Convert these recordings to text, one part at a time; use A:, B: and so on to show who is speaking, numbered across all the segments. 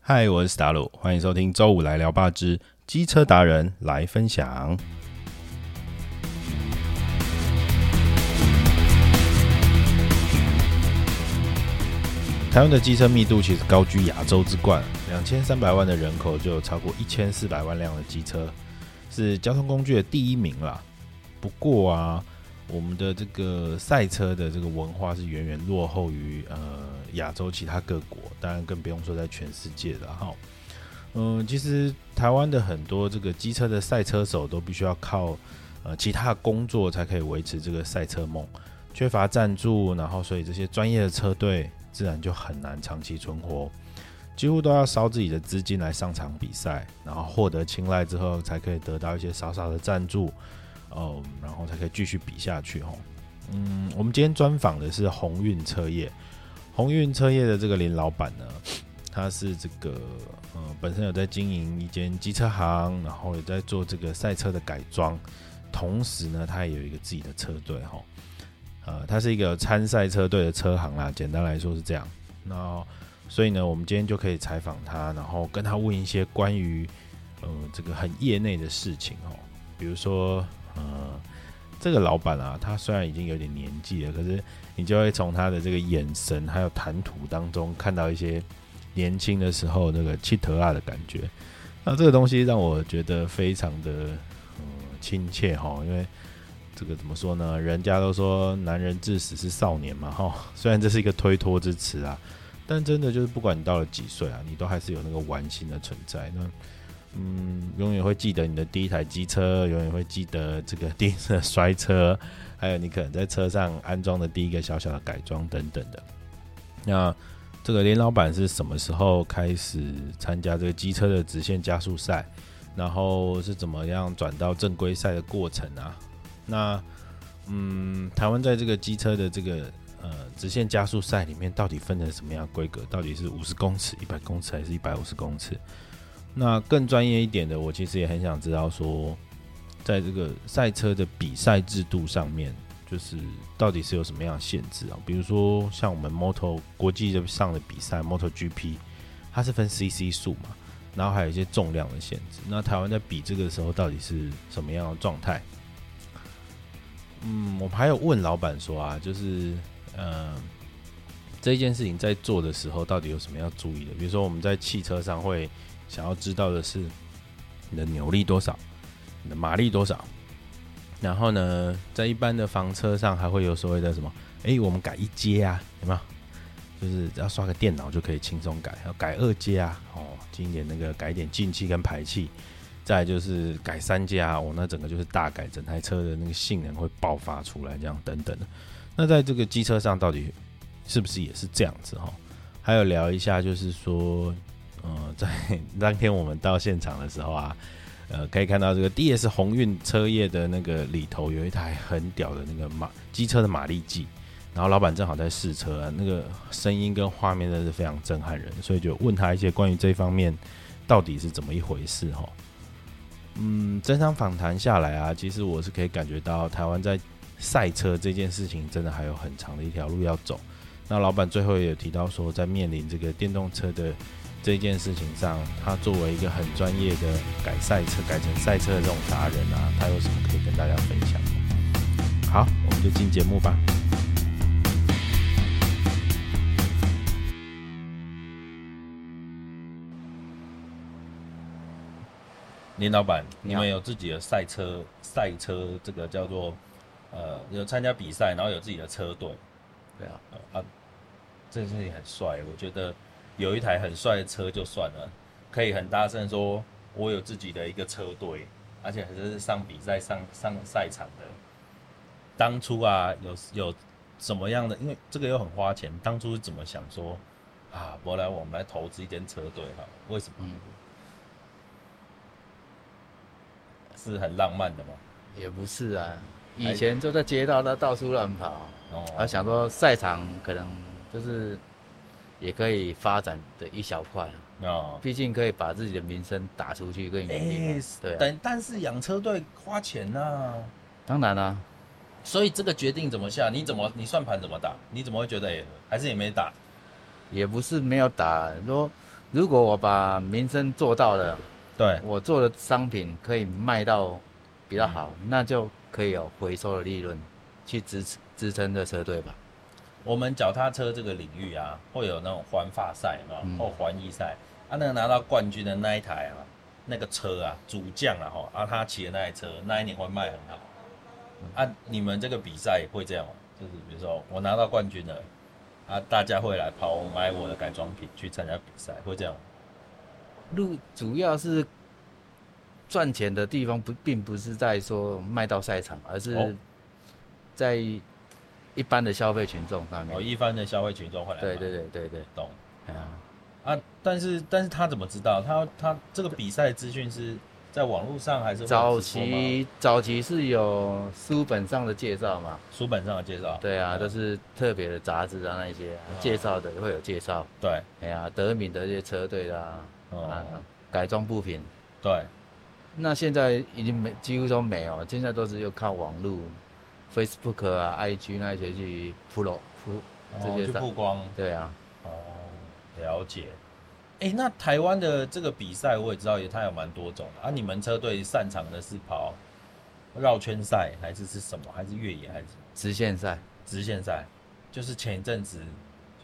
A: 嗨，我是达鲁，欢迎收听周五来聊吧之机车达人来分享。台湾的机车密度其实高居亚洲之冠，两千三百万的人口就有超过一千四百万辆的机车，是交通工具的第一名啦。不过啊，我们的这个赛车的这个文化是远远落后于呃亚洲其他各国，当然更不用说在全世界了哈。嗯、其实台湾的很多这个机车的赛车手都必须要靠呃其他的工作才可以维持这个赛车梦，缺乏赞助，然后所以这些专业的车队自然就很难长期存活，几乎都要烧自己的资金来上场比赛，然后获得青睐之后才可以得到一些少少的赞助，哦，然后才可以继续比下去哦。嗯，我们今天专访的是鸿运车业，鸿运车业的这个林老板呢，他是这个呃本身有在经营一间机车行，然后也在做这个赛车的改装，同时呢，他也有一个自己的车队哈、呃，他是一个参赛车队的车行啦，简单来说是这样。那所以呢，我们今天就可以采访他，然后跟他问一些关于呃这个很业内的事情哦，比如说呃，这个老板啊，他虽然已经有点年纪了，可是你就会从他的这个眼神还有谈吐当中看到一些年轻的时候那个气头啊的感觉。那这个东西让我觉得非常的嗯亲切哈，因为这个怎么说呢？人家都说男人至死是少年嘛 哈，虽然这是一个推脱之词啊，但真的就是不管你到了几岁啊，你都还是有那个玩心的存在。那嗯，永远会记得你的第一台机车，永远会记得这个第一次的摔车，还有你可能在车上安装的第一个小小的改装等等的。那这个林老板是什么时候开始参加这个机车的直线加速赛？然后是怎么样转到正规赛的过程啊？那嗯，台湾在这个机车的这个呃直线加速赛里面，到底分成什么样的规格？到底是五十公尺、一百公尺还是一百五十公尺？那更专业一点的，我其实也很想知道说，在这个赛车的比赛制度上面，就是到底是有什么样的限制啊？比如说像我们 Moto 国际的上的比赛 MotoGP，它是分 CC 数嘛，然后还有一些重量的限制。那台湾在比这个的时候，到底是什么样的状态？嗯，我们还有问老板说啊，就是嗯、呃这件事情在做的时候，到底有什么要注意的？比如说我们在汽车上会想要知道的是你的扭力多少，你的马力多少。然后呢，在一般的房车上还会有所谓的什么？诶，我们改一阶啊，有没有？就是只要刷个电脑就可以轻松改，要改二阶啊，哦，经典那个改一点进气跟排气，再来就是改三阶啊，哦，那整个就是大改，整台车的那个性能会爆发出来，这样等等的。那在这个机车上到底是不是也是这样子哈？还有聊一下，就是说呃，在 当天我们到现场的时候啊，呃，可以看到这个 DS 鸿运车业的那个里头有一台很屌的那个马机车的马力计，然后老板正好在试车、啊，那个声音跟画面真的是非常震撼人，所以就问他一些关于这方面到底是怎么一回事哈。嗯，整场访谈下来啊，其实我是可以感觉到台湾在赛车这件事情真的还有很长的一条路要走。那老板最后也有提到说，在面临这个电动车的这件事情上，他作为一个很专业的改赛车、改成赛车的这种达人啊，他有什么可以跟大家分享的？好，我们就进节目吧。林老板，
B: 你
A: 你
B: 好
A: 们有自己的赛车赛车这个叫做呃有参加比赛，然后有自己的车队，
B: 对啊，
A: 啊，这件事情很帅，我觉得有一台很帅的车就算了，可以很大声说我有自己的一个车队，而且还是上比赛、上上赛场的。当初啊，有有什么样的？因为这个又很花钱，当初是怎么想说啊，我来我们来投资一间车队哈？为什么？
B: 嗯
A: 是很浪漫的嘛。
B: 也不是啊，以前就在街道那到处乱跑，然后
A: 哎哦，
B: 想说赛场可能就是也可以发展的一小块，啊
A: 哦，哎
B: 毕竟可以把自己的名声打出去更远地方。对啊、
A: 但但是养车队花钱呐、
B: 当然啦、啊
A: 所以这个决定怎么下？你怎么你算盘怎么打？你怎么会觉得哎、还是也没打？
B: 也不是没有打，说如果我把民生做到了，
C: 对，
B: 我做的商品可以卖到比较好，
A: 嗯
B: 那就可以有回收的利润去支持支撑这车队吧。
A: 我们脚踏车这个领域啊，会有那种环法赛嘛，
B: 嗯
A: 或环意赛啊，那个拿到冠军的那一台啊，那个车啊，主将啊哈，啊他骑的那台车，那一年会卖很好
B: 嗯
A: 啊。你们这个比赛会这样吗？就是比如说我拿到冠军了，啊，大家会来跑我买我的改装品去参加比赛，会这样吗？
B: 路主要是赚钱的地方不，并不是在说卖到赛场，而
A: 哦
B: 是在一般的消费群众上面。
A: 哦，一般的消费群众会来买
B: 对对对对对，
A: 懂
B: 哎呀
A: 啊。但是但是他怎么知道？他他这个比赛资讯是在网络上还是会有
B: 早
A: 直播吗
B: 期早期是有书本上的介绍嘛？
A: 书本上的介绍？
B: 对啊，
A: 对
B: 都是特别的杂志啊那些啊
A: 嗯
B: 介绍的会有介绍。
A: 对，
B: 哎呀，德敏的这些车队啦，啊
A: 哦，，
B: 改装部品。
A: 对。
B: 那现在已经没几乎都没有，现在都是又靠网络、Facebook 啊、IG 那些去铺路铺这
A: 哦
B: 些
A: 就
B: 上
A: 曝光
B: 对啊，
A: 哦，了解。哎、那台湾的这个比赛我也知道，也它有蛮多种的啊。你们车队擅长的是跑绕圈赛，还是是什么？还是越野，还是什么
B: 直线赛，
A: 直线赛？就是前一阵子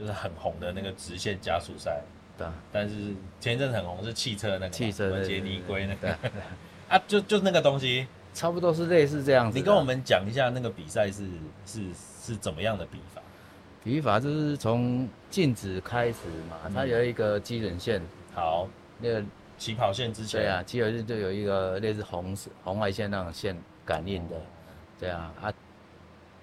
A: 就是很红的那个直线加速赛，
B: 对啊，
A: 但是前一阵子很红是汽车那个嘛
B: 汽
A: 什
B: 车
A: 么
B: 对
A: 杰
B: 对
A: 尼
B: 对
A: 龟那
B: 对
A: 个
B: 啊
A: 啊，就就那个东西。
B: 差不多是类似这样子的。
A: 你跟我们讲一下那个比赛是是是怎么样的比法？
B: 语法就是从静止开始嘛，它有一个基准线，
A: 好，
B: 那个
A: 起跑线之前，
B: 对啊，基准线就有一个类似红色红外线那种线感应的，对啊啊，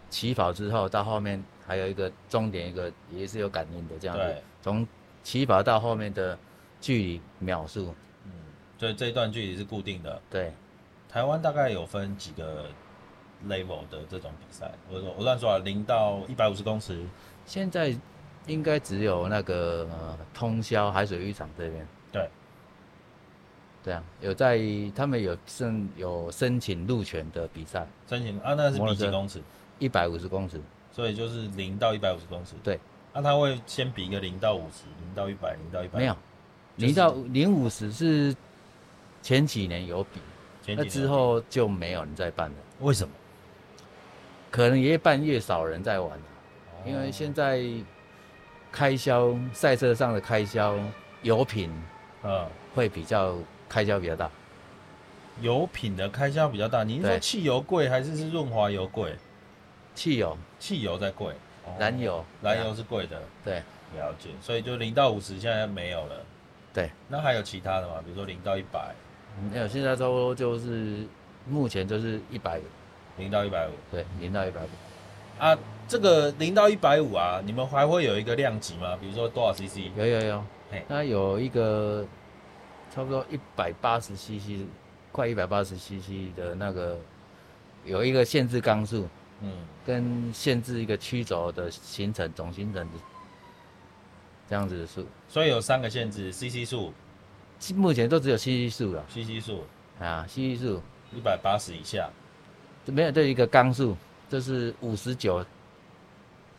B: 起跑之后到后面还有一个终点一个也是有感应的这样子
A: 对，
B: 从起跑到后面的距离秒数，
A: 嗯，所以这一段距离是固定的。
B: 对，
A: 台湾大概有分几个 level 的这种比赛？我说我乱说啊，零到一百五十公尺，
B: 现在应该只有那个、呃、通宵海水浴场这边。
A: 对。
B: 对啊，有在他们有申有申请入选的比赛，
A: 申请啊，那是比
B: 摩托车
A: 几公尺？
B: 一百五十公尺，
A: 所以就是零到一百五十公尺。
B: 对，
A: 那、他会先比一个零到五十，零到一百，零到一百，
B: 没有，
A: 就是
B: 零到零五十是前几年有比，
A: 前几
B: 那
A: 年
B: 之后就没有人在办了，
A: 为什么？
B: 可能越办越少人在玩了，
A: 哦
B: 因为现在开销赛车上的开销油品
A: 嗯，
B: 会比较开销比较大，
A: 油品的开销比较大。你是说
B: 对
A: 汽油贵还是是润滑油贵？
B: 汽油、
A: 汽油在贵，
B: 哦燃油、
A: 燃油是贵的。
B: 对
A: 了解，所以就零到五十现在没有了。
B: 对，
A: 那还有其他的吗？比如说零到一百，
B: 没有，哎现在差不多就是目前就是一百，
A: 零到一百五。
B: 对，零到一百五，
A: 啊，这个零到一百五啊，你们还会有一个量级吗？比如说多少 CC？
B: 有有有
A: 嘿，
B: 那有一个差不多一百八十 CC，快一百八十 CC 的那个，有一个限制缸数
A: 嗯，
B: 跟限制一个曲轴的行程总行程的这样子的数，
A: 所以有三个限制：CC 数、
B: 其目前都只有 CC 数了
A: CC 数
B: 啊，CC 数
A: 一百八十以下，
B: 没有这一个缸数，就是五十九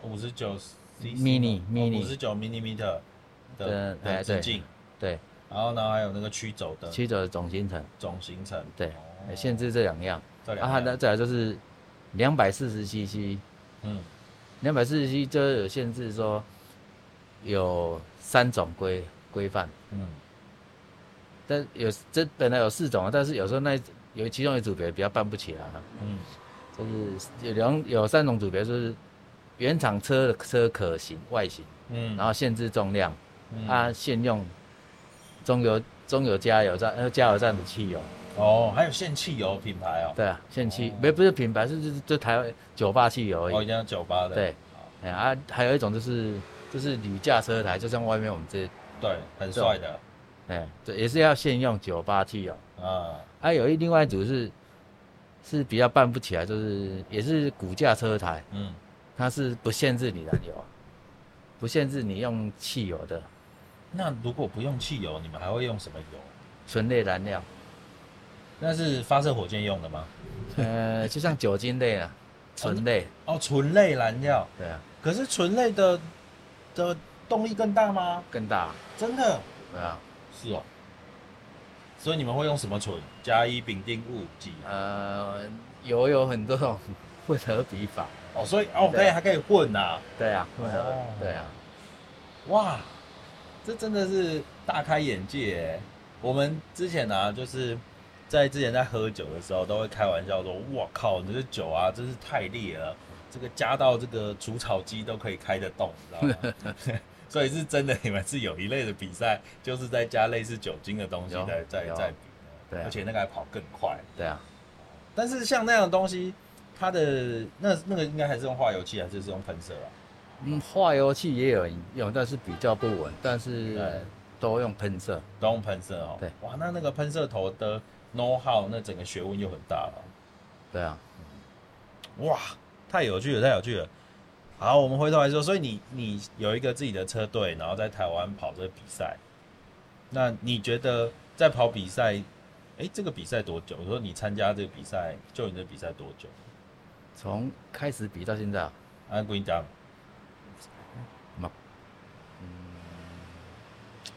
A: 五十九 CC
B: Mini- mini
A: 五十九 millimeter 的
B: 对对
A: 的
B: 对
A: 直径，
B: 对
A: 然后呢还有那个曲轴的
B: 曲轴的总行程，
A: 总行程，
B: 对
A: 哦，
B: 限制这两样。
A: 这两
B: 啊，那
A: 个，
B: 再来就是两百四十 CC，
A: 嗯，
B: 两百四十 CC 就有限制说有三种规规范，
A: 嗯，
B: 但有这本来有四种啊，但是有时候那一有其中一组别比较办不起来啊，
A: 嗯，
B: 就是有两有三种组别就是原厂车的车壳型外形，
A: 嗯，
B: 然后限制重量，
A: 嗯
B: 啊限用中油中油加油站呃加油站的汽油，
A: 哦，还有限汽油品牌哦，
B: 对啊，限汽
A: 哦
B: 没不是品牌是就是就台湾酒吧汽油而已
A: 哦，一。定要酒吧的，
B: 对，哎呀啊，还有一种就是就是铝架车台，就像外面我们这，
A: 对，很帅的，
B: 哎，这也是要现用九八 T 哦。
A: 啊，
B: 还有一另外一组是是比较办不起来，就是也是骨架车台，
A: 嗯，
B: 它是不限制你燃油，不限制你用汽油的
A: 那如果不用汽油，你们还会用什么油？
B: 醇类燃料，
A: 那是发射火箭用的吗？
B: 呃，就像酒精类啊，醇类，
A: 哦，醇类燃料。
B: 对啊，
A: 可是醇类的的动力更大吗？
B: 更大。
A: 真的？
B: 对啊，
A: 是哦。所以你们会用什么醇？甲乙丙丁戊己啊
B: 呃，有有很多种混合比法，
A: 哦，所以哦，可
B: 对啊
A: 以还可以混呐、啊，
B: 对啊，混合
A: 哦，
B: 对啊，
A: 哇，这真的是大开眼界耶！我们之前啊，就是在之前在喝酒的时候，都会开玩笑说：“我靠，你这酒啊，真是太烈了，这个加到这个除草机都可以开得动，你知道 吗？”所以是真的，你们是有一类的比赛，就是在加类似酒精的东西
B: 有
A: 在在
B: 有
A: 在比的，
B: 对啊
A: 而且那个还跑更快。
B: 对啊，
A: 但是像那样的东西，它的那那个应该还是用化油器，还是是用喷射啊？
B: 嗯，化油器也有用，但是比较不稳，但是
A: 对
B: 都用喷射，
A: 都用喷射哦。
B: 对，
A: 哇，那那个喷射头的 know how，那整个学问又很大了。
B: 对啊，
A: 哇，太有趣了，太有趣了。好，我们回头来说，所以你你有一个自己的车队，然后在台湾跑这个比赛，那你觉得在跑比赛，哎、这个比赛多久？我说你参加这个比赛，就你的比赛多久？
B: 从开始比到现在啊，
A: 啊，不应讲，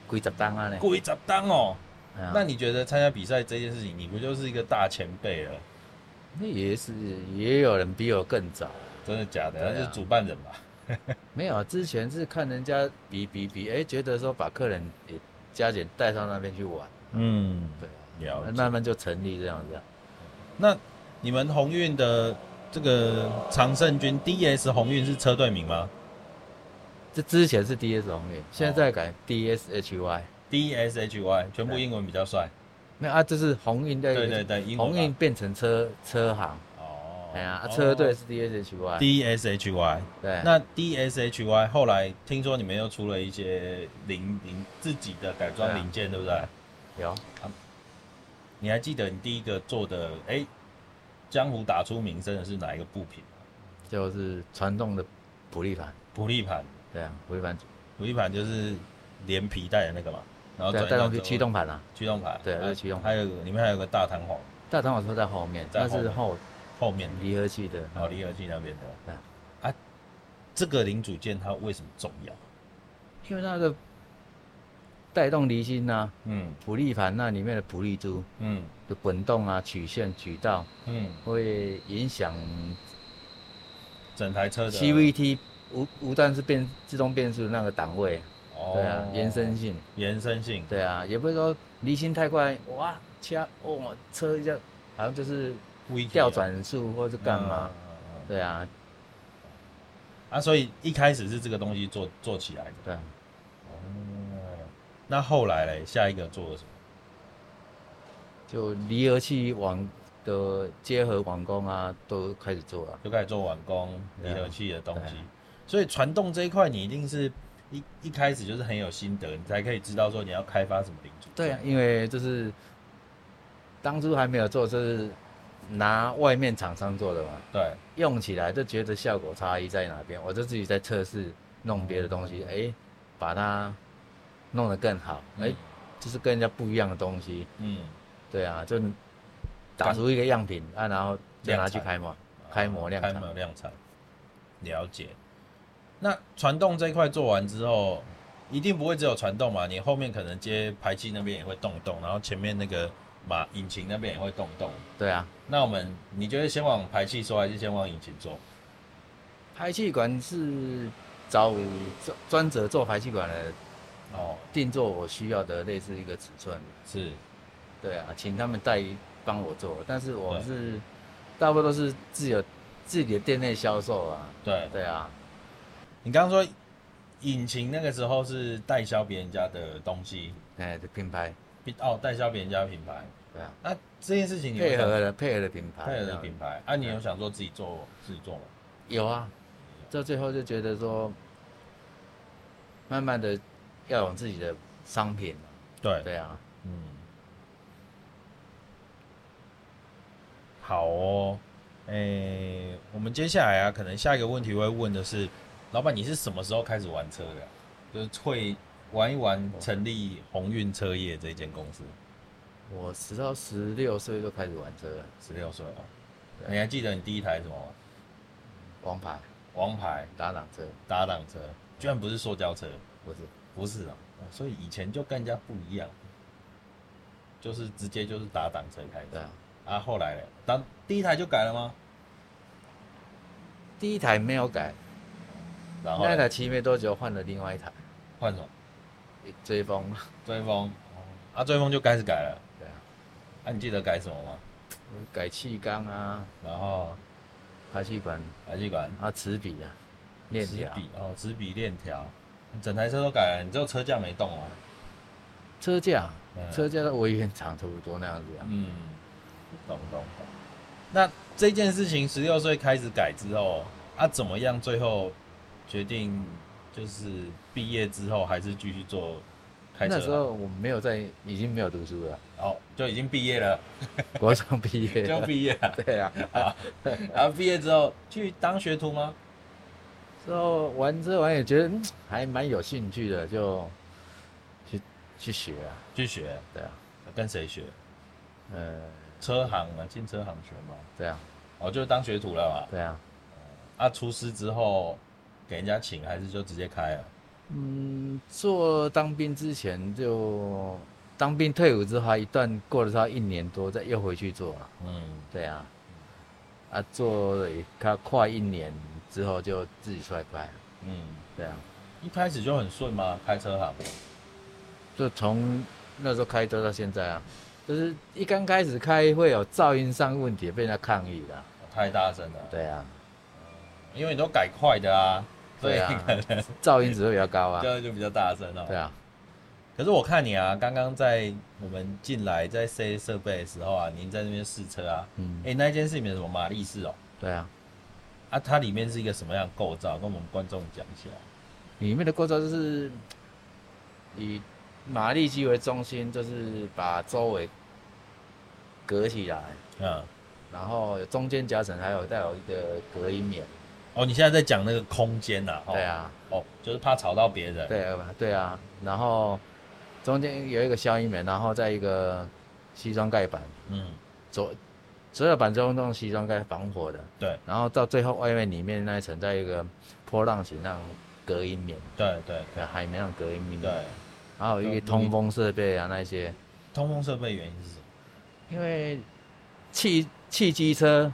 B: 几十单啊呢，
A: 故意砸档哦。
B: 哎呀
A: 那你觉得参加比赛这件事情，你不就是一个大前辈了？
B: 那也是也有人比我更早，
A: 真的假的？
B: 对啊
A: 那就是主办人吧？
B: 没有，之前是看人家比比比，哎、觉得说把客人也加减带到那边去玩，
A: 嗯，
B: 对
A: 了解。
B: 啊，慢慢就成立这样子啊、
A: 那你们鸿运的这个常胜军 DS 鸿运是车队名吗
B: 这之前是 DS 红
A: 哦
B: 运，现在改 DSHY，、
A: ？DSHY 全部英文比较帅。
B: 没有啊，这是鸿运在
A: 对对对，英文
B: 鸿
A: 吧。
B: 运变成车车行，
A: 哦
B: 哎呀、
A: 哦
B: 啊车队是 DSHY，、
A: DSHY。
B: 对，
A: 那 DSHY 后来听说你们又出了一些零零自己的改装
B: 对啊
A: 零件，对不对？
B: 有
A: 你还记得你第一个做的哎、江湖打出名声的是哪一个布品吗？
B: 就是传动的普利盘，
A: 普利盘，
B: 对啊，普利盘，
A: 普利盘就是连皮带的那个嘛，然后
B: 对啊，
A: 转
B: 带
A: 动
B: 动驱驱动盘啊，
A: 驱动盘，
B: 对
A: 还
B: 那
A: 有
B: 是驱动盘
A: 还有里面还有个大弹簧。
B: 大堂我说在后面，
A: 在
B: 那
A: 后
B: 是
A: 面
B: 后
A: 后面
B: 离合器的，
A: 哦，离合器那边的
B: 嗯对。
A: 啊，这个零组件它为什么重要？
B: 因为那个带动离心呐、啊，
A: 嗯
B: 普利盘那里面的普利珠
A: 嗯
B: 的滚动啊、曲线、曲道，
A: 嗯，
B: 会影响
A: 整台车的
B: CVT 无无段是变自动变速那个档位，
A: 哦
B: 对啊，延伸性，
A: 延伸性，
B: 对啊，也不是说离心太快，哇，掐哦车一下，好像就是
A: 微
B: 调转速或是
A: 嗯
B: 干嘛，对啊，
A: 啊，所以一开始是这个东西做做起来的。
B: 对啊，
A: 哦，那后来嘞，下一个做了什么？
B: 就离合器网的结合网工啊，都开始做了，
A: 就开始做碗工、
B: 对
A: 离
B: 啊
A: 合器的东西
B: 对啊。
A: 所以传动这一块，你一定是一一开始就是很有心得，你才可以知道说你要开发什么零组件。
B: 对啊，因为就是当初还没有做，就是拿外面厂商做的嘛，
A: 对，
B: 用起来就觉得效果差异在哪边，我就自己在测试弄别的东西，哎、把它弄得更好，哎、
A: 嗯嗯
B: 就是跟人家不一样的东西，
A: 嗯，
B: 对啊，就打出一个样品啊，然后就拿去
A: 量产
B: 开模，开模量
A: 开
B: 产
A: 模，量产，了解。那传动这一块做完之后，一定不会只有传动嘛？你后面可能接排气那边也会动一动，然后前面那个马引擎那边也会动一动。
B: 对啊，
A: 那我们你觉得先往排气说，还是先往引擎说？
B: 排气管是找专专责做排气管的，
A: 哦，
B: 定做我需要的类似一个尺寸，
A: 是
B: 对啊，请他们代帮我做，但是我
A: 对
B: 是大部分都是自有自己的店内销售啊，
A: 对。
B: 对啊，
A: 你刚刚说引擎那个时候是代销别人家的东西，
B: 哎，的品牌，
A: 哦，代销别人家的品牌。
B: 对啊，
A: 那这件事情你有
B: 配
A: 想
B: 合的配合的品牌，
A: 配合
B: 这
A: 的
B: 样
A: 品牌，啊，你有想说自己做自己做吗？
B: 有啊，到最后就觉得说，慢慢的要有自己的商品嘛，
A: 对
B: 对啊，
A: 嗯，好哦，诶、我们接下来啊，可能下一个问题会问的是，老板，你是什么时候开始玩车的啊、就是会玩一玩成立鸿运车业这间公司，
B: 我直到十六岁就开始玩车了，
A: 十六岁哦。你还记得你第一台是什么吗？
B: 王牌
A: 王牌
B: 打挡车
A: 搭档车，居然不是塑胶车，
B: 不是，
A: 不是啊、哦，所以以前就跟人家不一样，就是直接就是打挡车开
B: 对
A: 的
B: 啊。
A: 啊，后来呢？当第一台就改了吗？
B: 第一台没有改，
A: 然后
B: 那
A: 呢
B: 一台骑没多久换了另外一台
A: 换什么？
B: 追风，
A: 追风。啊，追风就开始改了。
B: 对啊，
A: 啊，你记得改什么吗？
B: 改气缸啊，
A: 然后
B: 排气管
A: 排气管、
B: 啊，齿比啊，链
A: 齿
B: 条，
A: 比哦，齿比链条，整台车都改了，你只有车架没动哦。
B: 车架，啊
A: 嗯
B: 车架的维原厂差不多那样子啊。
A: 嗯，懂懂懂。那这件事情十六岁开始改之后，啊，怎么样？最后决定就是毕业之后还是继续做开车啊
B: 那
A: 行？
B: 时候我没有在，已经没有读书了，
A: 哦，就已经毕业了，
B: 国中毕 业
A: 就
B: 了。
A: 毕业 了。
B: 对啊，
A: 然后毕业之后去当学徒吗？
B: 之后玩这玩也觉得嗯还蛮有兴趣的，就去去学啊，
A: 去学，
B: 对啊，
A: 跟谁学？
B: 呃，
A: 车行啊，进车行学吗？
B: 对啊，
A: 哦，就当学徒了
B: 对啊，
A: 嘛。啊，出师之后给人家请，还是就直接开了？
B: 嗯，做当兵之前就当兵退伍之后还一段过了差不多一年多，再又回去做了，
A: 嗯，
B: 对啊，啊做了也快快一年之后就自己出来开了，
A: 嗯，
B: 对啊，
A: 一开始就很顺吗？开车行？
B: 就从那时候开车到现在啊，就是一刚开始开会有噪音上问题，被人家抗议了，
A: 太大声了，
B: 对啊，
A: 因为你都改快的啊，所以
B: 对啊
A: 可能
B: 噪音值会比较高啊，
A: 就就比较大声哦。
B: 对啊。
A: 可是我看你啊，刚刚在我们进来在塞设备的时候啊，您在那边试车啊，
B: 嗯
A: 哎、，那一间是你们什么马力士哦？
B: 对啊，
A: 啊，它里面是一个什么样的构造？跟我们观众讲一下。
B: 里面的构造就是以马力机为中心，就是把周围隔起来，
A: 嗯，
B: 然后有中间夹层还有带有一个隔音棉。
A: 哦，你现在在讲那个空间呐、哦，
B: 对，啊，
A: 哦，就是怕吵到别人。，
B: 对啊，对啊，然后中间有一个消音棉，然后再一个西装盖板，
A: 嗯，
B: 左左右板中用西装盖防火的，
A: 对，
B: 然后到最后外面里面那一层再一个波浪形让隔音棉，
A: 对对
B: 呃海绵让隔音棉，
A: 对，
B: 还有一个通风设备啊那一些。
A: 通风设备原因是什么？
B: 因为汽汽机车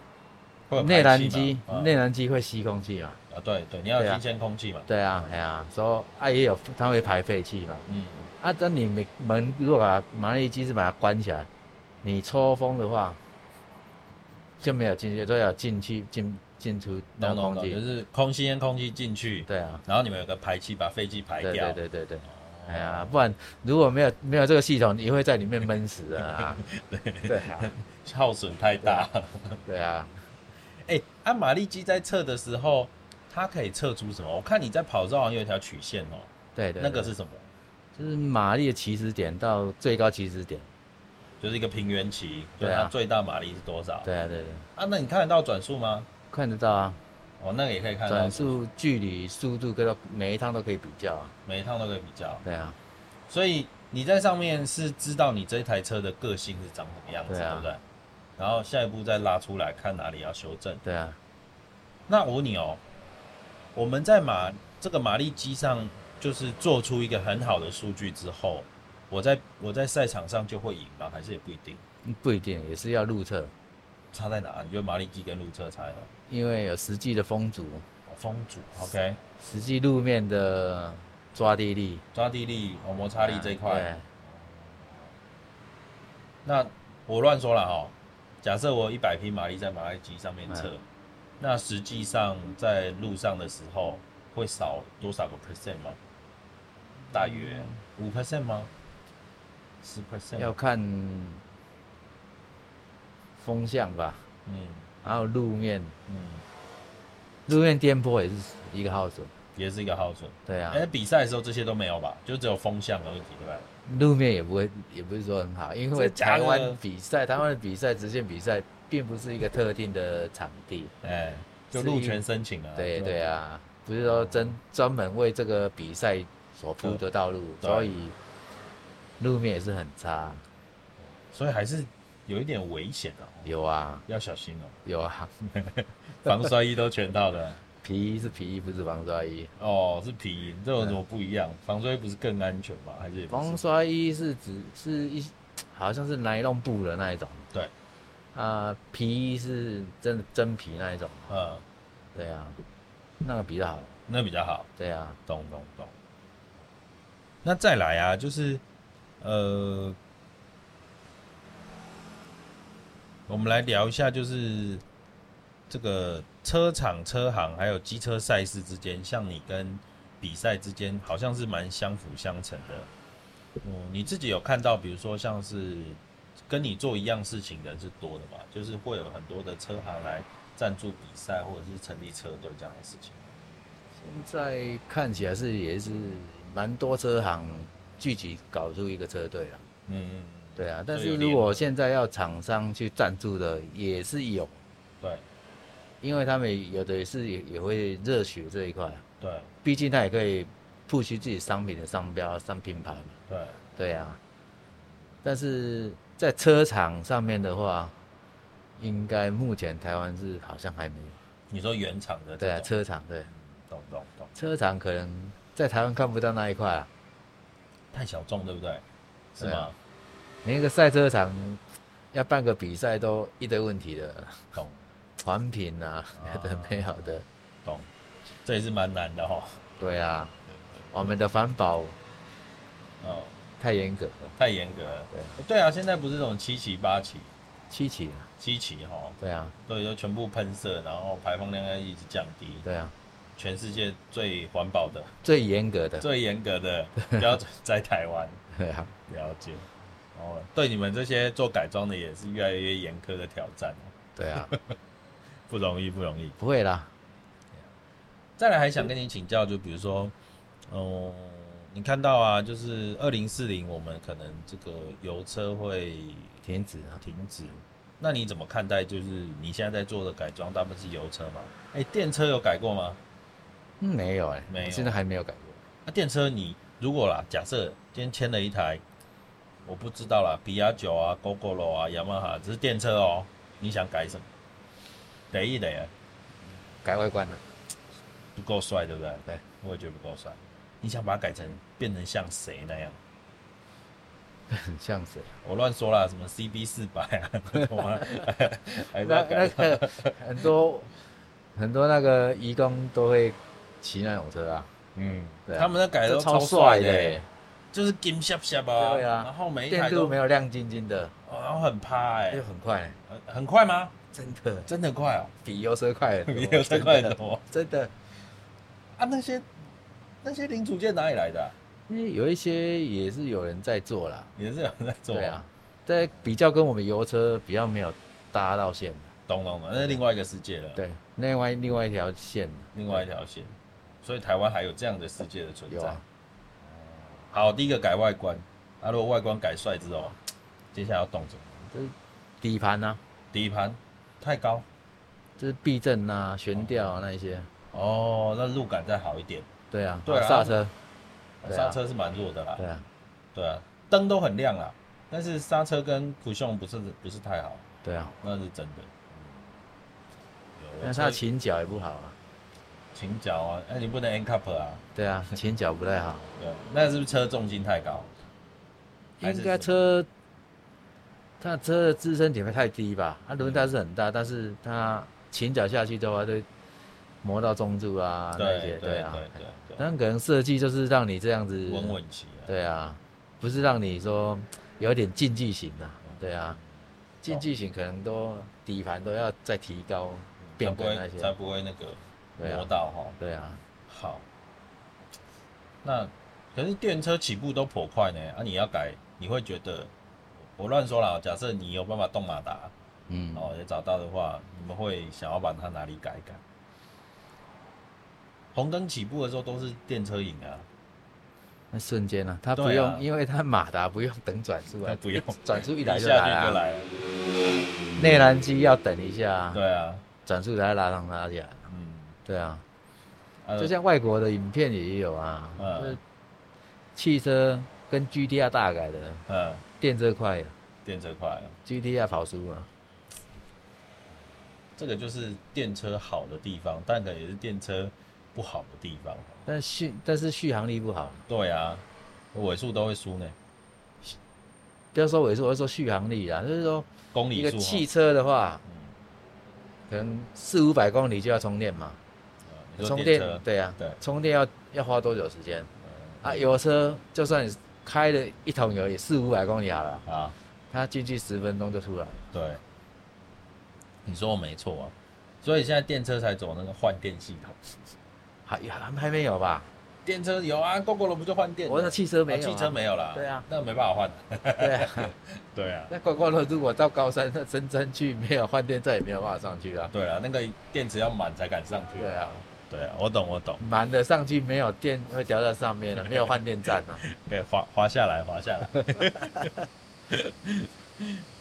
A: 会有排
B: 内燃
A: 气
B: 机
A: 嘛嗯
B: 内燃机会吸空气嘛，
A: 啊，对对，你要
B: 对
A: 有
B: 啊
A: 新鲜空气嘛。
B: 对啊，哎呀、说啊也有它会排废气嘛，
A: 嗯，
B: 啊，当你门门如果把马力机是把它关起来，你抽风的话就没有进去，都要进去进进出那
A: 懂懂
B: 空
A: 懂，就
B: 气，
A: 是空新鲜空气进去，
B: 对啊，
A: 然后你们有个排气把废气排
B: 对
A: 掉
B: 对。对对对，
A: 哦
B: 哎呀、不然如果没有没有这个系统，你会在里面闷死 的啊，对啊，
A: 耗损太大。
B: 对啊，
A: 哎，按马力机在测的时候，它可以测出什么？我看你在跑道上有一条曲线哦，
B: 对对，
A: 那个
B: 对
A: 是什么？
B: 就是马力的起始点到最高起始点。
A: 就是一个平原骑，
B: 对
A: 对
B: 啊
A: 它最大马力是多少？
B: 对啊，对对，
A: 啊，那你看得到转速吗？
B: 看得到啊，
A: 哦，那个也可以看得到
B: 转，速、距离、速度跟到每一趟都可以比较啊。
A: 每一趟都可以比较。
B: 对啊，
A: 所以你在上面是知道你这台车的个性是长什么样子，
B: 对啊
A: 对不对？然后下一步再拉出来看哪里要修正。
B: 对啊，
A: 那我问你哦，我们在马这个马力机上就是做出一个很好的数据之后，我在我在赛场上就会赢吗？还是也不一定？
B: 嗯不一定，也是要路测，
A: 差在哪？你觉得马力机跟路车差在哪？
B: 因为有实际的风阻、
A: 哦风阻，OK，
B: 实际路面的抓地力、
A: 抓地力、哦、摩擦力这一块，
B: 啊
A: 那我乱说了哦。假设我一百匹马力在马力机上面测，那实际上在路上的时候会少多少个 percent 吗？大约五 percent 吗？十 percent？
B: 对，要看风向吧，
A: 嗯
B: 还有路面，
A: 嗯，
B: 路面颠簸也是一个耗损。
A: 也是一个耗损。
B: 对啊
A: 哎、，比赛的时候这些都没有吧？就只有风向的问题，对吧？
B: 路面也不会，也不是说很好，因为
A: 真假
B: 台
A: 的
B: 湾比赛，台湾的比赛直线比赛并不是一个特定的场地，
A: 哎、就路权申请啊。
B: 对
A: 就
B: 对。啊，不是说专专门为这个比赛所铺的道路，
A: 对
B: 所以路面也是很差。
A: 所以还是有一点危险的、哦，
B: 有啊，
A: 要小心哦。
B: 有啊，
A: 防摔衣都全套的，
B: 皮衣是皮衣，不是防摔衣。
A: 哦，是皮，这有什么不一样？防摔不是更安全吗？还是也不
B: 防
A: 是？
B: 摔衣是指是一好像是尼龙布的那一种，
A: 对，
B: 啊、皮衣是真真皮那一种，
A: 嗯，
B: 对啊，那个比较好，
A: 那比较好。
B: 对啊，
A: 懂懂懂。那再来啊，就是呃，我们来聊一下，就是这个车厂、车行还有机车赛事之间，像你跟比赛之间，好像是蛮相辅相成的。嗯，你自己有看到，比如说像是跟你做一样事情的人是多的嘛？就是会有很多的车行来赞助比赛，或者是成立车队这样的事情。
B: 现在看起来是也是蛮多车行聚集搞出一个车队了，啊
A: 嗯嗯，嗯
B: 对啊，但
A: 有
B: 是
A: 联
B: 如果
A: 盟
B: 现在要厂商去赞助的也是有，
A: 对
B: 因为他们有的也是也也会热血这一块啊，
A: 对。
B: 毕竟他也可以 push 自己商品的商标、商品牌嘛。
A: 对，
B: 对啊，但是在车厂上面的话，应该目前台湾是好像还没有。
A: 你说原厂的
B: 对啊，
A: 这种，
B: 车厂对
A: 懂懂懂，
B: 车厂可能在台湾看不到那一块啊。
A: 太小众对不对？是
B: 对啊
A: 吗？
B: 你一个赛车厂要办个比赛都一堆问题的，
A: 懂
B: 环评啊，有
A: 哦
B: 的 没有的。
A: 懂，这也是蛮难的哈。
B: 对啊，我们的环保嗯
A: 哦，
B: 太严格了，
A: 太严格了。对对啊，现在不是这种七期八期
B: 七起了。
A: 七期哈，
B: 对啊，
A: 对，就全部喷射，然后排放量要一直降低，
B: 对啊，
A: 全世界最环保的、
B: 最严格的。
A: 最严格的
B: 啊
A: 标准在台湾。
B: 对啊，
A: 了解。哦，对你们这些做改装的也是越来越严苛的挑战哦，
B: 对啊，
A: 不容易，不容易。
B: 不会啦。
A: 再来还想跟你请教，就比如说，嗯，你看到啊，就是二零四零，我们可能这个油车会
B: 停止啊，
A: 停止，那你怎么看待？就是你现在在做的改装，大部分是油车嘛？哎、电车有改过吗？
B: 嗯，没有哎、
A: 没有
B: 我现在还没有改过。
A: 那、电车你如果啦，假设今天签了一台，我不知道啦，比亚九啊、GoGoRo 啊、雅马哈，只是电车哦，你想改什么？得一得啊，
B: 改外观了，啊
A: 不够帅，对不对？
B: 对，
A: 我也觉得不够帅。你想把它改成变成像谁那样？
B: 很像谁？
A: 我乱说啦，什么 CB 四百啊，我 们还还
B: 那嗯
A: 在
B: 那
A: 改
B: 个很多很多那个义工都会骑那种车啊，
A: 嗯，
B: 对啊
A: 他们那改的都
B: 这超
A: 帅
B: 帅的
A: 欸，就是金闪闪啊，
B: 对啊
A: 然后每一
B: 电
A: 台
B: 路
A: 都
B: 没，有亮晶晶的，
A: 哦然后很趴哎
B: 就，很快、
A: 很很快吗？
B: 真的
A: 真的很快哦，
B: 比油车快很多，
A: 比油车快很多
B: 真的，真的。
A: 啊，那些那些零组件哪里来的啊？
B: 因为有一些也是有人在做啦，
A: 也是有人在做，
B: 对啊，，在比较跟我们油车比较没有搭到线的，
A: 懂懂懂，那是另外一个世界了，，
B: 对，另外另外一条线
A: 另外一条线，所以台湾还有这样的世界的存
B: 有
A: 在
B: 啊。，
A: 好，第一个改外观，啊，如果外观改帅之后，接下来要动什么？
B: 底盘啊，
A: 底盘太高。
B: 就是避震啊、悬吊啊那一些，
A: 哦，那路感再好一点，
B: 对啊，
A: 对啊
B: 刹车，对啊
A: 刹车是蛮弱的啦。
B: 对啊，
A: 对啊，灯都很亮啦，但是刹车跟苦胸不是不是太好，
B: 对啊，
A: 那是真的。嗯
B: 但是
A: 它
B: 它倾角也不好啊。
A: 倾角啊，那、你不能 end cup 啊，
B: 对啊，前脚不太好，
A: 对，那是不是车重心太高？还是
B: 应该车，它车的自身点位太低吧？它轮胎是很
A: 嗯
B: 大，但是它前脚下去的话，会磨到中柱啊那些，
A: 对对
B: 对啊。
A: 对对对，
B: 但可能设计就是让你这样子，
A: 稳稳骑啊。
B: 对啊，不是让你说有点竞技型啊，对啊，竞
A: 哦
B: 技型可能都底盘都要再提高，
A: 才
B: 变
A: 不
B: 更那
A: 会才哦
B: 些，
A: 不会那个
B: 对啊
A: 磨到哈、
B: 对啊，
A: 好，那可是电车起步都颇快呢，啊，你要改，你会觉得我乱说啦。假设你有办法动马达，
B: 嗯，
A: 哦，也找到的话，你们会想要把它哪里改一改？红灯起步的时候都是电车影啊，
B: 那瞬间啊，它不
A: 对
B: 用，
A: 啊
B: 因为它马达不用等转速啊
A: 它，不用
B: 转速一
A: 一
B: 来就
A: 下
B: 来
A: 去就
B: 啊，
A: 来了。
B: 内燃机要等一下，
A: 对啊，
B: 转速才拉上它起来。
A: 嗯，
B: 对啊，
A: 啊
B: 就像外国的影片也有啊，
A: 嗯
B: 就是汽车跟 GTR 大改的，
A: 嗯，
B: 电车快了
A: 啊电车快了，
B: ，GTR 跑输了，
A: 这个就是电车好的地方，但可能也是电车不好的地方。
B: 但续但是续航力不好，
A: 对啊，尾数都会输呢，
B: 不要说尾数，我是说续航力啊，就是说
A: 公
B: 一
A: 里
B: 个
A: 数哈。
B: 汽车的话，
A: 嗯
B: 可能四五百公里就要充电嘛，
A: 呃你说
B: 充
A: 电车
B: 电对啊，
A: 对
B: 充电要要花多久时间
A: 呃
B: 啊？油车就算你开了一桶油也四五百公里好了，
A: 啊，
B: 它进去十分钟就出来了。
A: 对，你说的没错啊，所以现在电车才走那个换电系统。
B: 还还还没有吧？
A: 电车有啊，GoGo 不就换电的？
B: 我那汽车
A: 啊
B: 没有、
A: 汽车没有啦。
B: 对啊，
A: 那没办法换。
B: 对啊，
A: 对啊，
B: 那怪怪的，如果到高山那深山去没有换电站也没有办法上去啊。
A: 对啊，那个电池要满才敢上去。
B: 对啊，
A: 对啊，我懂我懂，
B: 满的上去没有电会掉到上面了，没有换电站啊了。
A: 可以滑滑下来，滑下来。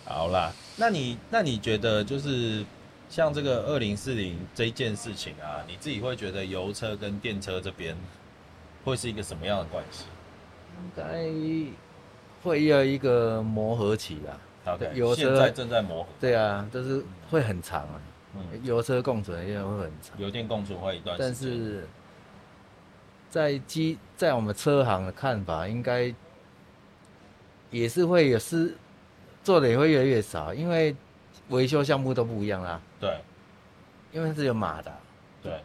A: 好啦，那你那你觉得就是像这个二零四零这一件事情啊，你自己会觉得油车跟电车这边会是一个什么样的关系
B: 应该会要一个磨合期啦。
A: ？OK，
B: 油车
A: 现在正在磨合，
B: 对啊，就是会很长啊，
A: 嗯，
B: 油车共存应该会很长。
A: 油电共存会一段时
B: 但
A: 间，
B: 是在机在我们车行的看法，应该也是会有是做的也会越来越少，因为维修项目都不一样啦。
A: 对
B: 因为它是有马达
A: 对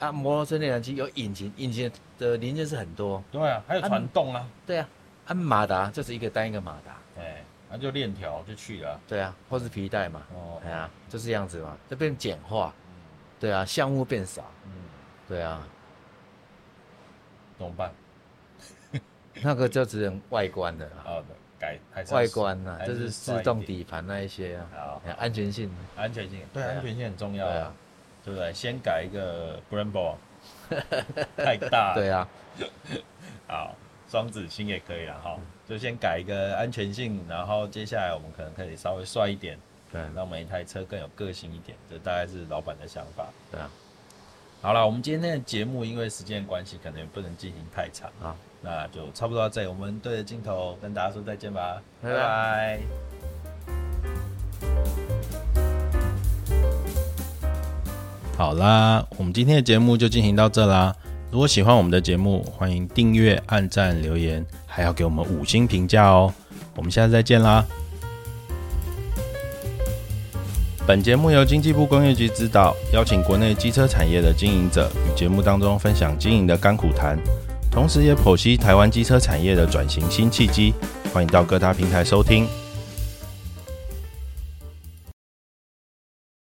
B: 啊，摩托车内燃机有引擎，引擎的零件是很多，
A: 对啊，还有传动啊，
B: 对啊，啊马达就是一个单一个马达，
A: 哎，那就链条就去了啊，
B: 对啊，或是皮带嘛，
A: 哦，
B: 哎呀、就是这样子嘛，就变简化，对啊，项目变少，
A: 嗯，
B: 对啊，
A: 怎么办？
B: 那个就只能外观的啦，
A: 好的，改还是要
B: 外观呐、
A: 哦还
B: 就是是
A: 帅一
B: 自动
A: 点
B: 底盘那一些啊，
A: 好，
B: 哎安全性，
A: 安全性，对，
B: 对啊
A: 安全性很重要
B: 对
A: 啊
B: 啊，，
A: 对不对？先改一个 Brembo，太大，，
B: 对啊，
A: 好，双子星也可以了哈，
B: 嗯
A: 就先改一个安全性，然后接下来我们可能可以稍微帅一点，
B: 对
A: 让每一台车更有个性一点，这大概是老板的想法。
B: 对啊，
A: 好了，我们今天的节目因为时间关系，可能也不能进行太长
B: 好，
A: 那就差不多到这里，我们对着镜头跟大家说再见吧，
B: 拜拜
A: 拜拜
C: 好啦，我们今天的节目就进行到这啦。如果喜欢我们的节目，欢迎订阅、按赞、留言，还要给我们五星评价哦。我们下次再见啦。本节目由经济部工业局指导，邀请国内机车产业的经营者与节目当中分享经营的甘苦谈，同时也剖析台湾机车产业的转型新契机。欢迎到各大平台收听，